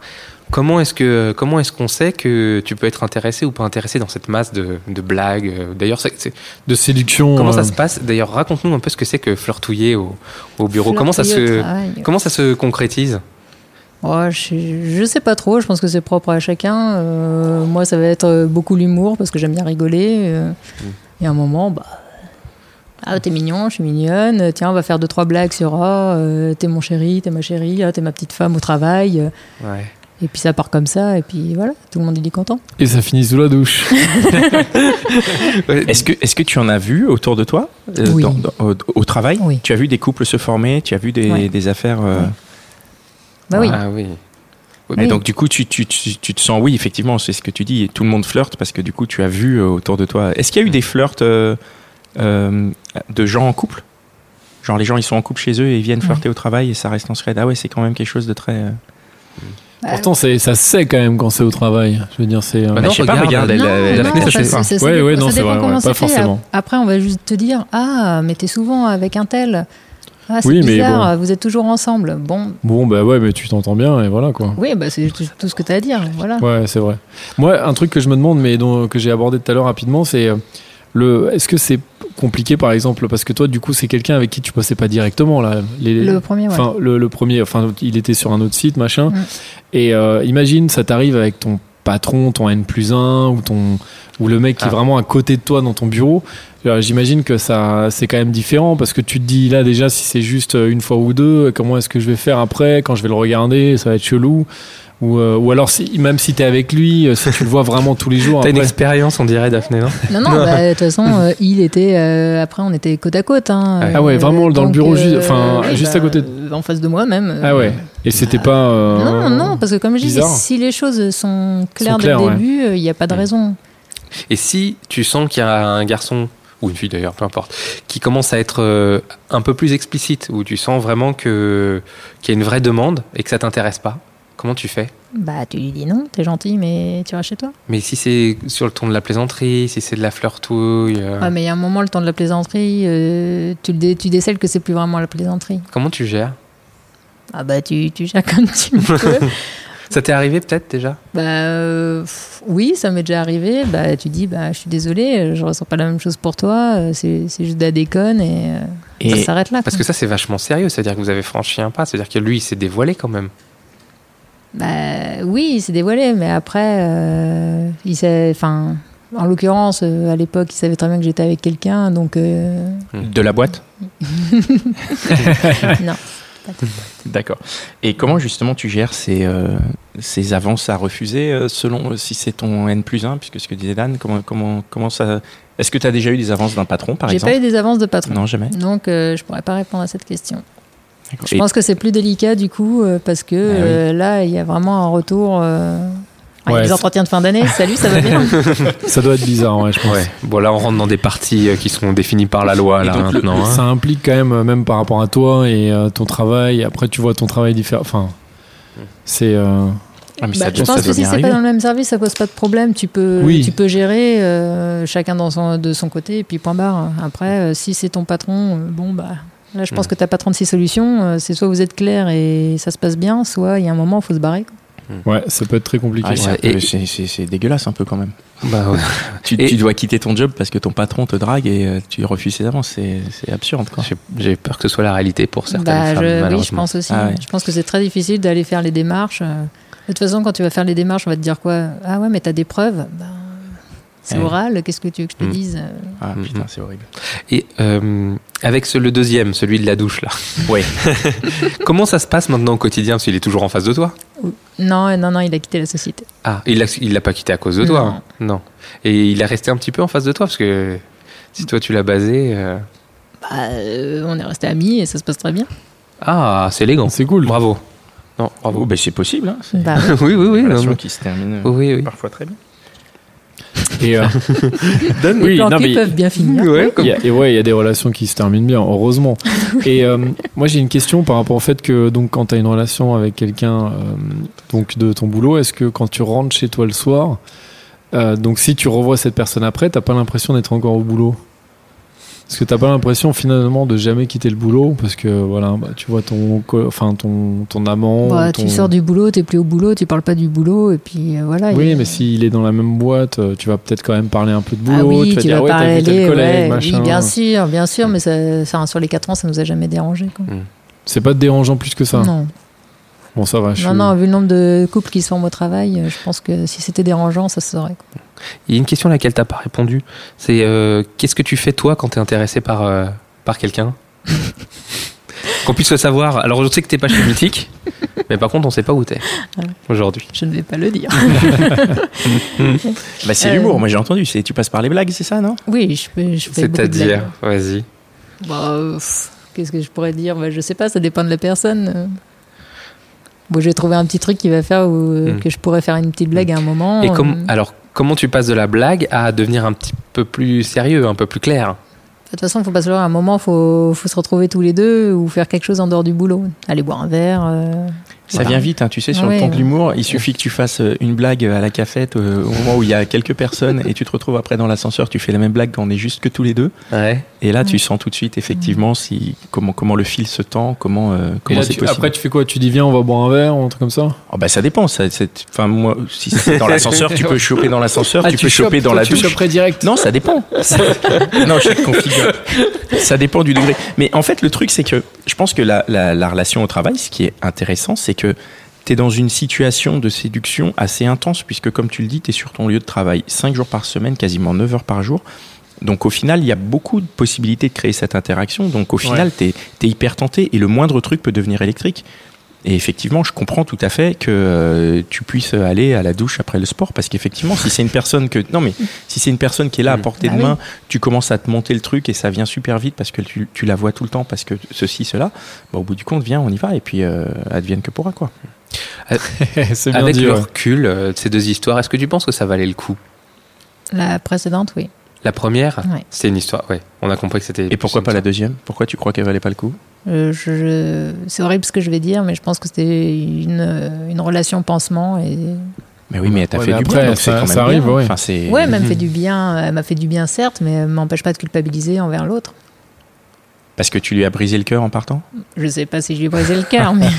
Speaker 3: comment est-ce que comment est-ce qu'on sait que tu peux être intéressé ou pas intéressé dans cette masse de, de blagues euh, D'ailleurs, c'est- c'est-
Speaker 2: De séduction.
Speaker 3: comment
Speaker 2: euh,
Speaker 3: ça se passe D'ailleurs, raconte-nous un peu ce que c'est que flirtouiller au, au bureau.
Speaker 4: Flirter
Speaker 3: Comment ça
Speaker 4: au
Speaker 3: se
Speaker 4: travail.
Speaker 3: comment ça se concrétise
Speaker 4: Oh, je, sais- je sais pas trop, je pense que c'est propre à chacun. Euh, moi, ça va être euh, beaucoup l'humour parce que j'aime bien rigoler. euh,
Speaker 2: Mm.
Speaker 4: Et à un moment, bah. Ah, t'es mignon, je suis mignonne. euh, Tiens, on va faire deux, trois blagues sur Ah, euh, t'es mon chéri, t'es ma chérie, ah, t'es ma petite femme au travail. euh,
Speaker 3: Ouais.
Speaker 4: Et puis ça part comme ça, et puis voilà, tout le monde il est content.
Speaker 2: Et ça finit sous la douche.
Speaker 1: Est-ce que, est-ce que tu en as vu autour de toi euh,
Speaker 4: Oui.
Speaker 1: dans- dans- au, au travail
Speaker 4: Oui.
Speaker 1: Tu as vu des couples se former, tu as vu des,
Speaker 4: Ouais.
Speaker 1: des affaires. euh,
Speaker 4: Ouais. Bah oui.
Speaker 3: Ah oui.
Speaker 1: Et
Speaker 4: Oui.
Speaker 1: donc du coup, tu, tu, tu, tu te sens, oui, effectivement, c'est ce que tu dis, tout le monde flirte parce que du coup, tu as vu euh, autour de toi. Est-ce
Speaker 4: Mm.
Speaker 1: qu'il y a eu des flirts euh, euh, de gens en couple
Speaker 4: Mm.
Speaker 1: Genre les gens, ils sont en couple chez eux et ils viennent flirter au travail et ça reste en secret. Ah ouais, c'est quand même quelque chose de très... euh,
Speaker 2: Pourtant, c'est- ça se sait quand même quand c'est au travail. Je veux dire, c'est. euh,
Speaker 3: Bah
Speaker 1: Mais
Speaker 3: non,
Speaker 1: je sais pas,
Speaker 3: regarde,
Speaker 1: regarde, elle-
Speaker 4: Non,
Speaker 1: elle-
Speaker 3: la
Speaker 4: non,
Speaker 3: fenêtre,
Speaker 4: ça-
Speaker 3: c'est
Speaker 4: ça-
Speaker 3: ça.
Speaker 4: ça
Speaker 2: Ouais,
Speaker 4: dépend-
Speaker 2: ouais, non,
Speaker 4: ça
Speaker 2: c'est
Speaker 4: dépend
Speaker 2: vrai,
Speaker 4: comment
Speaker 2: ouais,
Speaker 4: c'est
Speaker 2: pas
Speaker 4: fait. Ap-
Speaker 2: forcément.
Speaker 4: Après, on va juste te dire Ah, mais t'es souvent avec un tel. Ah, c'est
Speaker 2: Oui, mais
Speaker 4: bizarre, vous êtes toujours ensemble. Bon,
Speaker 2: Bon, bah ouais, mais tu t'entends bien et voilà quoi.
Speaker 4: oui, bah, c'est tout, tout ce que t'as à dire. Voilà.
Speaker 2: Ouais, c'est vrai. Moi, un truc que je me demande, mais dont, que j'ai abordé tout à l'heure rapidement, c'est euh, le. Est-ce que c'est compliqué, par exemple, parce que toi, du coup, c'est quelqu'un avec qui tu passais pas directement là. Les,
Speaker 4: Le premier, ouais.
Speaker 2: Enfin, le, le premier, enfin, il était sur un autre site, machin.
Speaker 4: Mm.
Speaker 2: Et euh, imagine, ça t'arrive avec ton patron, ton N plus 1, ou, ton, ou le mec qui
Speaker 3: Ah.
Speaker 2: est vraiment à côté de toi dans ton bureau. Alors, J'imagine que ça, c'est quand même différent parce que tu te dis là déjà, si c'est juste euh, une fois ou deux, comment est-ce que je vais faire après quand je vais le regarder Ça va être chelou. Ou, euh, ou alors, si, même si t'es avec lui, euh, si tu le vois vraiment tous les jours,
Speaker 3: T'as une
Speaker 2: après-
Speaker 3: expérience, on dirait, Daphné, non
Speaker 4: Non, non, bah, de toute façon, euh, il était. euh, après, on était côte à côte. hein.
Speaker 2: Ah ouais, vraiment, dans le
Speaker 4: donc,
Speaker 2: bureau, juste- enfin, juste à côté de-
Speaker 4: euh, En face de moi, même.
Speaker 2: ah ouais. Et c'était pas. euh,
Speaker 4: Bah. Non, non, parce que comme je dis,
Speaker 2: bizarre.
Speaker 4: si les choses sont claires
Speaker 2: Sont
Speaker 4: dès
Speaker 2: claires,
Speaker 4: le
Speaker 2: ouais.
Speaker 4: début, euh, il n'y a pas de
Speaker 3: Mm.
Speaker 4: raison.
Speaker 3: Et si tu sens qu'il y a un garçon ou une fille d'ailleurs, peu importe, qui commence à être euh, un peu plus explicite, où tu sens vraiment que qu'il y a une vraie demande et que ça t'intéresse pas, comment tu fais
Speaker 4: Bah, tu lui dis non, t'es gentil, mais tu vas chez toi.
Speaker 3: Mais si c'est sur le ton de la plaisanterie, si c'est de la flirtouille, euh,
Speaker 4: Ouais, Ah, mais il y a un moment, le temps de la plaisanterie, euh, tu, le dé- tu décèles que c'est plus vraiment la plaisanterie.
Speaker 3: comment tu gères
Speaker 4: Ah bah, tu, tu gères comme tu peux.
Speaker 3: Ça t'est arrivé peut-être déjà
Speaker 4: bah, euh, pff, oui, ça m'est déjà arrivé. Bah, tu dis, bah, je suis désolée, euh, je ressens pas la même chose pour toi, euh, c'est c'est juste de la déconne et, euh, ça
Speaker 1: Et
Speaker 4: s'arrête là.
Speaker 3: Parce
Speaker 4: quoi.
Speaker 3: que ça c'est vachement sérieux, c'est-à-dire que vous avez franchi un pas, c'est-à-dire que lui il s'est dévoilé quand même.
Speaker 4: Bah, oui, il s'est dévoilé, mais après, euh, il s'est- enfin, en l'occurrence, euh, à l'époque, il savait très bien que j'étais avec quelqu'un, donc euh,
Speaker 1: de la boîte
Speaker 4: non.
Speaker 1: D'accord. Et comment justement tu gères ces, euh, ces avances à refuser euh, selon euh, si c'est ton N plus 1, puisque ce que disait Dan, comment, comment, comment ça... Est-ce que tu as déjà eu des avances d'un patron par
Speaker 4: J'ai
Speaker 1: exemple
Speaker 4: pas eu des avances de patron.
Speaker 1: Non, jamais.
Speaker 4: Donc, euh, je pourrais pas répondre à cette question.
Speaker 1: D'accord.
Speaker 4: Je
Speaker 1: Et- Ah
Speaker 4: pense que c'est plus délicat du coup euh, parce que
Speaker 1: oui.
Speaker 4: euh, là, il y a vraiment un retour. euh, ah, il y a
Speaker 2: Ouais,
Speaker 4: des
Speaker 2: c'est-
Speaker 4: entretiens de fin d'année. Salut, ça va bien.
Speaker 2: Ça doit être bizarre, ouais, je pense.
Speaker 3: Bon là on rentre dans des parties euh, qui sont définies par la loi
Speaker 1: Et
Speaker 3: là
Speaker 1: donc, le-
Speaker 3: maintenant. hein.
Speaker 2: Ça implique quand même, euh, même par rapport à toi et euh, ton travail. Après, tu vois ton travail différent. Enfin, c'est. euh,
Speaker 1: Ah, mais ça
Speaker 4: Bah, je
Speaker 1: doit- ça
Speaker 4: pense que
Speaker 1: doit
Speaker 4: si
Speaker 1: bien
Speaker 4: c'est pas
Speaker 1: arriver.
Speaker 4: dans le même service, ça pose pas de problème. Tu peux,
Speaker 2: Oui.
Speaker 4: tu peux gérer euh, chacun dans son, de son côté et puis point barre. Après, euh, si c'est ton patron, euh, bon bah. Là, je pense
Speaker 3: Mm.
Speaker 4: que t'as pas 36 solutions. euh, C'est soit vous êtes clair et ça se passe bien, soit il y a un moment, faut se barrer. quoi.
Speaker 2: Ouais, ça peut être très compliqué.
Speaker 1: Ah, c'est un
Speaker 3: Ouais,
Speaker 1: peu-
Speaker 3: et-
Speaker 1: c'est- c'est c'est dégueulasse un peu quand même.
Speaker 3: Bah, ouais.
Speaker 1: Tu,
Speaker 3: Et-
Speaker 1: tu dois quitter ton job parce que ton patron te drague et euh, tu refuses ses avances. C'est c'est absurde. Quoi.
Speaker 3: J'ai- J'ai peur que ce soit la réalité pour certaines
Speaker 4: Bah,
Speaker 3: femmes
Speaker 4: je, oui, je
Speaker 3: malheureusement.
Speaker 4: pense aussi.
Speaker 1: Ah ouais.
Speaker 4: Je pense que c'est très difficile d'aller faire les démarches. euh. De toute façon, quand tu vas faire les démarches, on va te dire quoi Ah ouais, mais t'as des preuves Ben, C'est
Speaker 1: Ouais.
Speaker 4: oral, qu'est-ce que tu veux que je te
Speaker 3: Mm.
Speaker 4: dise
Speaker 1: Ah
Speaker 3: Mhm.
Speaker 1: putain, c'est horrible.
Speaker 3: Et euh, avec ce- le deuxième, celui de la douche là.
Speaker 1: Ouais.
Speaker 3: Comment ça se passe maintenant au quotidien Parce qu'il est toujours en face de toi.
Speaker 4: Non, non, non, il a quitté la société.
Speaker 3: Ah, il l'a, il l'a pas quitté à cause de toi. hein. Non. Et il est resté un petit peu en face de toi parce que si toi tu l'as basé. euh,
Speaker 4: Bah, euh, on est resté amis et ça se passe très bien.
Speaker 3: Ah, c'est élégant.
Speaker 2: C'est cool.
Speaker 3: Bravo. Non, bravo.
Speaker 1: Oh, ben, c'est possible. Hein. C'est
Speaker 4: Bah,
Speaker 3: oui, oui, oui.
Speaker 1: une
Speaker 3: non,
Speaker 1: relation
Speaker 3: mais- Oh.
Speaker 1: qui se termine euh,
Speaker 3: Oui, oui.
Speaker 1: parfois très bien.
Speaker 2: Et, euh,
Speaker 4: les
Speaker 2: oui,
Speaker 4: plans
Speaker 2: non,
Speaker 4: cul
Speaker 2: mais-
Speaker 4: peuvent bien finir.
Speaker 3: Ouais,
Speaker 2: il
Speaker 3: comme-
Speaker 2: y a- et ouais, il y a des relations qui se terminent bien, heureusement. Et euh, moi, j'ai une question par rapport au fait que donc quand tu as une relation avec quelqu'un euh, donc de ton boulot, est-ce que quand tu rentres chez toi le soir, euh, donc si tu revois cette personne après, t'as pas l'impression d'être encore au boulot Parce que t'as pas l'impression finalement de jamais quitter le boulot parce que voilà, bah, tu vois ton co- enfin ton ton amant.
Speaker 4: Bah,
Speaker 2: ton-
Speaker 4: Tu sors du boulot, t'es plus au boulot, tu parles pas du boulot et puis euh, voilà. il y
Speaker 2: Oui,
Speaker 4: a-
Speaker 2: mais s'il est dans la même boîte, euh, tu vas peut-être quand même parler un peu de boulot.
Speaker 4: Ah oui,
Speaker 2: tu vas dire, ouais, t'as vu
Speaker 4: parler,
Speaker 2: tel collègue,
Speaker 4: ouais,
Speaker 2: machin.
Speaker 4: oui, bien sûr, bien sûr, mais ça, ça, sur les 4 ans, ça nous a jamais dérangé. quoi.
Speaker 2: C'est pas dérangeant plus que ça.
Speaker 4: Non.
Speaker 2: Bon, ça va. je
Speaker 4: Non,
Speaker 2: suis-
Speaker 4: non, vu le nombre de couples qui se forment au travail, euh, je pense que si c'était dérangeant, ça se saurait. quoi.
Speaker 3: Il y a une question à laquelle t'as pas répondu. C'est euh, qu'est-ce que tu fais toi quand t'es intéressé par euh, par quelqu'un Qu'on puisse le savoir. Alors je sais que t'es pas chez Mythique, mais par contre on sait pas où t'es
Speaker 4: Ah
Speaker 3: aujourd'hui.
Speaker 4: Je ne vais pas le dire.
Speaker 1: Bah, c'est
Speaker 4: Euh,
Speaker 1: l'humour, moi j'ai entendu. c'est- Tu passes par les blagues, c'est ça, non
Speaker 4: Oui, je, fais- je fais beaucoup de
Speaker 3: C'est-à-dire,
Speaker 4: blagues.
Speaker 3: vas-y.
Speaker 4: Bah, euh, pff, Qu'est-ce que je pourrais dire bah, Je sais pas, ça dépend de la personne. euh. Bon, j'ai trouvé un petit truc qui va faire où, euh,
Speaker 2: Hmm.
Speaker 3: Mm.
Speaker 4: que je pourrais faire une petite blague à un moment.
Speaker 3: Et
Speaker 4: euh,
Speaker 3: comme, alors, comment tu passes de la blague à devenir un petit peu plus sérieux, un peu plus clair
Speaker 4: De toute façon, faut pas se leurrer. À un moment, faut, faut se retrouver tous les deux ou faire quelque chose en dehors du boulot. Aller boire un verre. euh,
Speaker 1: Ça vient vite, hein, tu sais, sur
Speaker 4: Ouais,
Speaker 1: le ton de
Speaker 4: ouais.
Speaker 1: l'humour, il suffit que tu fasses euh, une blague à la cafette euh, au moment où il y a quelques personnes et tu te retrouves après dans l'ascenseur, tu fais la même blague quand on est juste que tous les deux.
Speaker 3: Ouais.
Speaker 1: Et là, tu sens tout de suite, effectivement, si, comment, comment le fil se tend, comment, euh,
Speaker 2: Et
Speaker 1: comment
Speaker 2: là,
Speaker 1: c'est
Speaker 2: tu-
Speaker 1: possible.
Speaker 2: après, tu fais quoi Tu dis, viens, on va boire un verre ou un truc comme ça
Speaker 1: Oh, bah, ça dépend. Ça, c'est- enfin, moi, si c'est dans l'ascenseur, tu peux choper dans l'ascenseur, tu, peux choper dans la
Speaker 2: Tu
Speaker 1: douche.
Speaker 2: choperais direct.
Speaker 1: Non, ça dépend. non, je te configure. Ça dépend du degré. Mais en fait, le truc, c'est que je pense que la, la- la relation au travail, ce qui est intéressant, c'est que tu es dans une situation de séduction assez intense, puisque comme tu le dis, tu es sur ton lieu de travail 5 jours par semaine, quasiment 9 heures par jour. Donc au final, il y a beaucoup de possibilités de créer cette interaction. Donc au final, tu es, hyper tenté et le moindre truc peut devenir électrique. Et effectivement, je comprends tout à fait que euh, tu puisses aller à la douche après le sport, parce qu'effectivement, si c'est une personne que non mais si c'est une personne qui est là à
Speaker 3: Mm.
Speaker 1: portée
Speaker 4: Bah
Speaker 1: de
Speaker 4: oui.
Speaker 1: main, tu commences à te monter le truc et ça vient super vite parce que tu, tu la vois tout le temps, parce que ceci, cela. Bah, au bout du compte, viens, on y va et puis euh, advienne que pourra quoi.
Speaker 2: Ah, C'est bien
Speaker 3: Avec
Speaker 2: dit.
Speaker 3: le
Speaker 2: ouais.
Speaker 3: recul euh, de ces deux histoires, est-ce que tu penses que ça valait le coup
Speaker 4: La précédente, oui.
Speaker 3: La première,
Speaker 4: Ouais.
Speaker 3: c'est une histoire. Ouais, on a compris que c'était.
Speaker 1: Et pourquoi
Speaker 3: c'est
Speaker 1: pas
Speaker 3: une
Speaker 1: la deuxième Pourquoi tu crois qu'elle valait pas le coup
Speaker 4: Euh, je- je- C'est horrible ce que je vais dire, mais je pense que c'était une, euh, une relation pansement. Et...
Speaker 1: Mais oui, mais elle t'a
Speaker 2: Ouais,
Speaker 1: fait
Speaker 2: mais
Speaker 1: du
Speaker 2: après,
Speaker 1: bien, donc
Speaker 2: ça-
Speaker 1: c'est quand même
Speaker 2: ça arrive,
Speaker 1: bien.
Speaker 2: ouais.
Speaker 1: Enfin, c'est-
Speaker 4: Ouais, elle m'a
Speaker 3: Mhm.
Speaker 4: fait du bien, elle m'a fait du bien, certes, mais elle m'empêche pas de culpabiliser envers l'autre.
Speaker 1: parce que tu lui as brisé le cœur en partant.
Speaker 4: Je sais pas si je lui ai brisé le cœur, mais...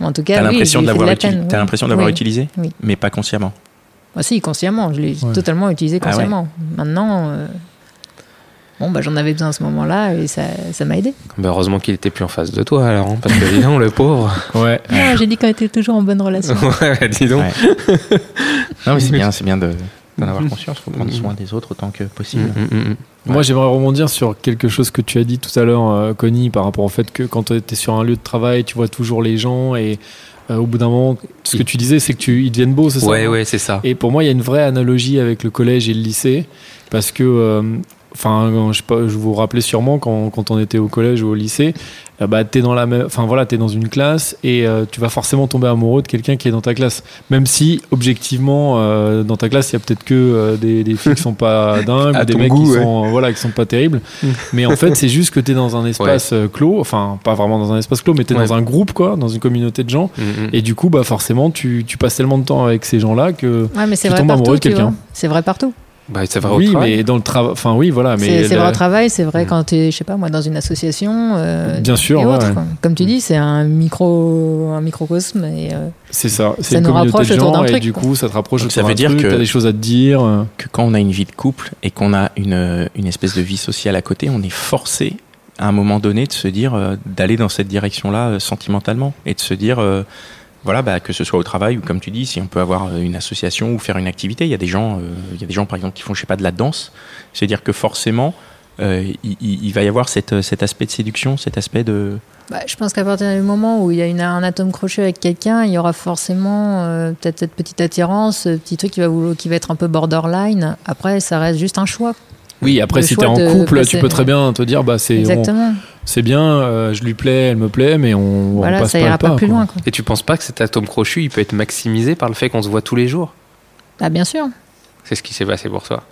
Speaker 4: mais en tout cas,
Speaker 1: T'as
Speaker 4: Ah oui,
Speaker 1: l'impression
Speaker 4: je
Speaker 1: de
Speaker 4: lui ai fait
Speaker 1: l'avoir
Speaker 4: la
Speaker 1: utilisé.
Speaker 4: peine,
Speaker 1: T'as
Speaker 4: oui.
Speaker 1: l'impression d'avoir
Speaker 4: Oui.
Speaker 1: utilisé,
Speaker 4: Oui.
Speaker 1: mais pas consciemment.
Speaker 4: Ah, si, consciemment, je l'ai
Speaker 2: Ouais.
Speaker 4: totalement utilisé
Speaker 1: Ah ouais.
Speaker 4: consciemment. Maintenant, euh, bon, bah, j'en avais besoin à ce moment-là et ça ça m'a aidé.
Speaker 3: Bah, heureusement qu'il était plus en face de toi alors, hein, parce que dis donc, le pauvre.
Speaker 2: Ouais.
Speaker 4: Non, j'ai dit qu'on était toujours en bonne relation.
Speaker 3: ouais, dis donc.
Speaker 1: Ouais. non, mais c'est bien, c'est bien de d'en avoir conscience. Faut prendre soin des autres autant que possible.
Speaker 3: Mm, mm, mm.
Speaker 2: Moi, j'aimerais rebondir sur quelque chose que tu as dit tout à l'heure, euh, Connie, par rapport au fait que quand tu es sur un lieu de travail, tu vois toujours les gens et euh, au bout d'un moment, ce que tu disais, c'est que tu ils deviennent beaux, c'est ça
Speaker 3: Ouais, ouais, c'est ça.
Speaker 2: Et pour moi, il y a une vraie analogie avec le collège et le lycée, parce que, euh, enfin, je, sais pas, je vous rappelais sûrement quand, quand on était au collège ou au lycée, euh, bah, t'es dans la, même- enfin voilà, t'es dans une classe et euh, tu vas forcément tomber amoureux de quelqu'un qui est dans ta classe, même si objectivement, euh, dans ta classe, il y a peut-être que euh, des, des filles qui sont pas dingues,
Speaker 3: À
Speaker 2: ou des
Speaker 3: ton
Speaker 2: mecs
Speaker 3: goût,
Speaker 2: qui
Speaker 3: ouais. Mm.
Speaker 2: sont, euh, voilà, qui sont pas terribles, mais en fait, c'est juste que t'es dans un espace euh, clos, enfin, pas vraiment dans un espace clos, mais t'es
Speaker 3: Ouais.
Speaker 2: dans un groupe, quoi, dans une communauté de gens,
Speaker 3: Mm, mm.
Speaker 2: et du coup, bah forcément, tu, tu passes tellement de temps avec ces gens-là que
Speaker 4: Ouais, mais c'est
Speaker 2: Tu
Speaker 4: vrai
Speaker 2: tombes amoureux
Speaker 4: partout.
Speaker 2: de
Speaker 4: tu
Speaker 2: quelqu'un.
Speaker 4: vois. C'est vrai partout.
Speaker 3: Bah, ça va au
Speaker 2: oui,
Speaker 3: travail.
Speaker 2: mais dans le travail. Enfin, oui, voilà. Ah, Mais
Speaker 4: C'est c'est
Speaker 2: le-
Speaker 4: vrai au travail, c'est vrai
Speaker 3: Mm.
Speaker 4: quand tu es, je sais pas moi, dans une association. euh,
Speaker 2: Bien sûr,
Speaker 4: et
Speaker 2: ouais,
Speaker 4: autres,
Speaker 2: ouais. Mm.
Speaker 4: quoi. Comme tu dis, c'est un, micro, un microcosme. Et, euh,
Speaker 2: c'est ça. C'est
Speaker 4: Ça
Speaker 2: une
Speaker 4: nous
Speaker 2: communauté
Speaker 4: rapproche
Speaker 2: de
Speaker 4: autour
Speaker 2: gens
Speaker 4: d'un
Speaker 2: et
Speaker 4: truc,
Speaker 2: du
Speaker 4: quoi.
Speaker 2: coup, ça te rapproche.
Speaker 1: Donc, ça
Speaker 2: autour
Speaker 1: veut
Speaker 2: d'un
Speaker 1: dire
Speaker 2: truc,
Speaker 1: que-
Speaker 2: t'as des choses à te dire. euh,
Speaker 1: que quand on a une vie de couple et qu'on a une, une espèce de vie sociale à côté, on est forcé à un moment donné de se dire euh, d'aller dans cette direction-là euh, sentimentalement et de se dire euh, voilà bah, que ce soit au travail ou comme tu dis si on peut avoir euh, une association ou faire une activité il y a des gens euh, il y a des gens par exemple qui font je sais pas de la danse c'est à dire que forcément euh, il, il- il va y avoir cette, euh, cet aspect de séduction cet aspect de
Speaker 4: bah, je pense qu'à partir du moment où il y a une- un atome crochet avec quelqu'un, il y aura forcément euh, peut-être cette petite attirance, ce petit truc qui va, vouloir- qui va être un peu borderline. Après, ça reste juste un choix.
Speaker 2: Oui, après,
Speaker 4: Le
Speaker 2: si
Speaker 4: choix
Speaker 2: t'es en
Speaker 4: de
Speaker 2: couple, tu
Speaker 4: passer-
Speaker 2: peux très bien te dire, bah, c'est on-
Speaker 4: Exactement.
Speaker 2: c'est bien. euh, je lui plais, elle me plaît, mais on, on
Speaker 4: voilà,
Speaker 2: passe
Speaker 4: ça
Speaker 2: pas
Speaker 4: ira
Speaker 2: le
Speaker 4: pas,
Speaker 2: pas,
Speaker 4: plus
Speaker 2: quoi.
Speaker 4: loin. Quoi.
Speaker 3: Et tu penses pas que cet atome crochu, il peut être maximisé par le fait qu'on se voit tous les jours
Speaker 4: Ah, bien sûr.
Speaker 3: C'est ce qui s'est passé pour toi.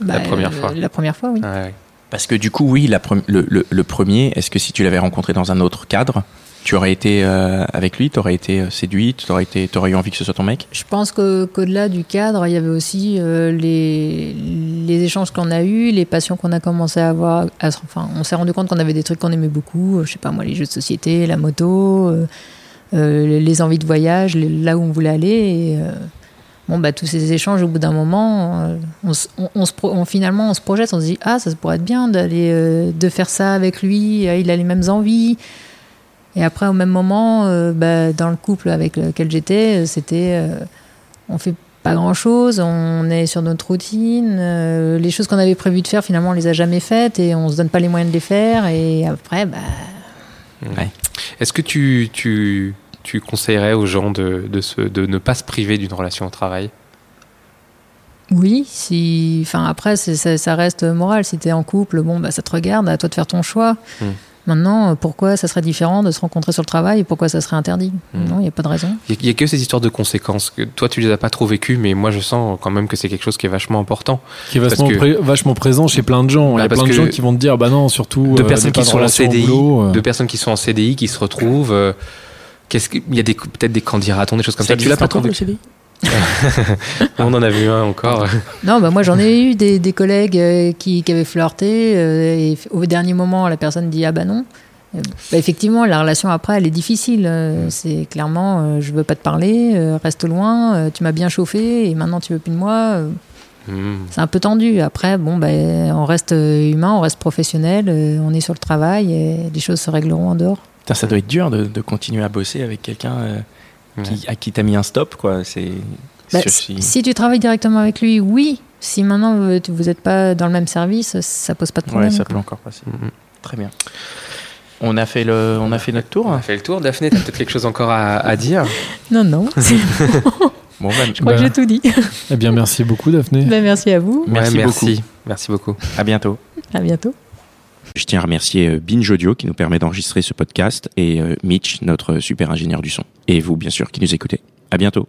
Speaker 4: Bah,
Speaker 3: première fois.
Speaker 4: La première fois, oui.
Speaker 3: Ouais.
Speaker 1: Parce que du coup, oui, la pre- le, le- le premier, est-ce que si tu l'avais rencontré dans un autre cadre, tu aurais été euh, avec lui, tu aurais été euh, séduite, tu aurais, eu envie que ce soit ton mec
Speaker 4: Je pense que- qu'au-delà du cadre, il y avait aussi euh, les, les échanges qu'on a eus, les passions qu'on a commencé à avoir. à se- enfin, on s'est rendu compte qu'on avait des trucs qu'on aimait beaucoup. euh, Je sais pas moi, les jeux de société, la moto, euh, euh, les envies de voyage, les- là où on voulait aller. et, euh, bon, bah, tous ces échanges, au bout d'un moment, euh, on, se- on- on se pro- on- finalement, on se projette, on se dit ah, ça pourrait être bien d'aller euh, de faire ça avec lui. euh, Il a les mêmes envies. Et après, au même moment, euh, bah, dans le couple avec lequel j'étais, euh, c'était. euh, on fait pas grand chose, on est sur notre routine. euh, les choses qu'on avait prévues de faire, finalement, on les a jamais faites et on se donne pas les moyens de les faire. Et après, bah,
Speaker 3: Est-ce que tu, tu, tu conseillerais aux gens de, de, se, de ne pas se priver d'une relation au travail
Speaker 4: oui, si. Enfin, après, c'est- ça, ça reste moral. Si t'es en couple, bon, bah, ça te regarde, à toi de faire ton choix.
Speaker 3: Mm.
Speaker 4: Maintenant, euh, pourquoi ça serait différent de se rencontrer sur le travail et pourquoi ça serait interdit
Speaker 3: Mm.
Speaker 4: Non, il n'y a pas de raison.
Speaker 3: Il n'y a, que ces histoires de conséquences. que Toi, tu les as pas trop vécues, mais moi, je sens quand même que c'est quelque chose qui est vachement important.
Speaker 2: Qui est vachement,
Speaker 3: Parce que-
Speaker 2: pré- vachement présent chez plein de gens. Il
Speaker 3: Bah,
Speaker 2: y a
Speaker 3: parce
Speaker 2: plein de
Speaker 3: que
Speaker 2: gens qui vont te dire, bah non, surtout
Speaker 3: de
Speaker 2: euh,
Speaker 3: personnes
Speaker 2: pas
Speaker 3: qui
Speaker 2: de
Speaker 3: sont en
Speaker 2: relation au
Speaker 3: CDI,
Speaker 2: boulot, euh.
Speaker 3: de personnes qui sont en CDI, qui se retrouvent. euh, Qu'est-ce qu'il y a des- peut-être des candidats, des choses comme ça. tu l'as
Speaker 1: existe
Speaker 3: pas
Speaker 1: encore,
Speaker 3: trouvé
Speaker 1: le CDI
Speaker 3: On en a vu un encore.
Speaker 4: Non, bah moi j'en ai eu des, des collègues euh, qui, qui avaient flirté euh, et f- au dernier moment la personne dit ah bah non. Euh, bah, effectivement, la relation après elle est difficile. Euh,
Speaker 1: Mm.
Speaker 4: C'est clairement euh, je veux pas te parler, euh, reste loin, euh, tu m'as bien chauffé et maintenant tu veux plus de moi. Euh,
Speaker 3: Hmm.
Speaker 4: C'est un peu tendu. Après, bon, bah, on reste euh, humain, on reste professionnel, euh, on est sur le travail et les choses se régleront en dehors.
Speaker 1: Putain, ça doit être dur de, de continuer à bosser avec quelqu'un euh, qui, à qui t'as mis un stop, quoi. C'est.
Speaker 4: Bah,
Speaker 1: sur-
Speaker 4: si si tu travailles directement avec lui, oui. Si maintenant euh, tu- vous n'êtes pas dans le même service, ça pose pas de
Speaker 1: Ouais,
Speaker 4: problème.
Speaker 1: ça peut encore passer.
Speaker 3: Mhm.
Speaker 1: Très bien. On a fait le, on a fait notre tour.
Speaker 3: On a fait le tour. Daphné, t'as peut-être quelque chose encore à, à dire
Speaker 4: non, non, je
Speaker 1: Bon, ben,
Speaker 4: crois que
Speaker 2: Bah.
Speaker 4: j'ai tout dit.
Speaker 2: Eh bien, merci beaucoup, Daphné.
Speaker 4: Ben, merci à vous.
Speaker 1: merci,
Speaker 3: Ouais,
Speaker 1: beaucoup.
Speaker 3: merci. Merci beaucoup.
Speaker 1: À bientôt.
Speaker 4: À bientôt.
Speaker 5: Je tiens à remercier euh, Binge Audio qui nous permet d'enregistrer ce podcast et euh, Mitch, notre super ingénieur du son. Et vous, bien sûr, qui nous écoutez. À bientôt.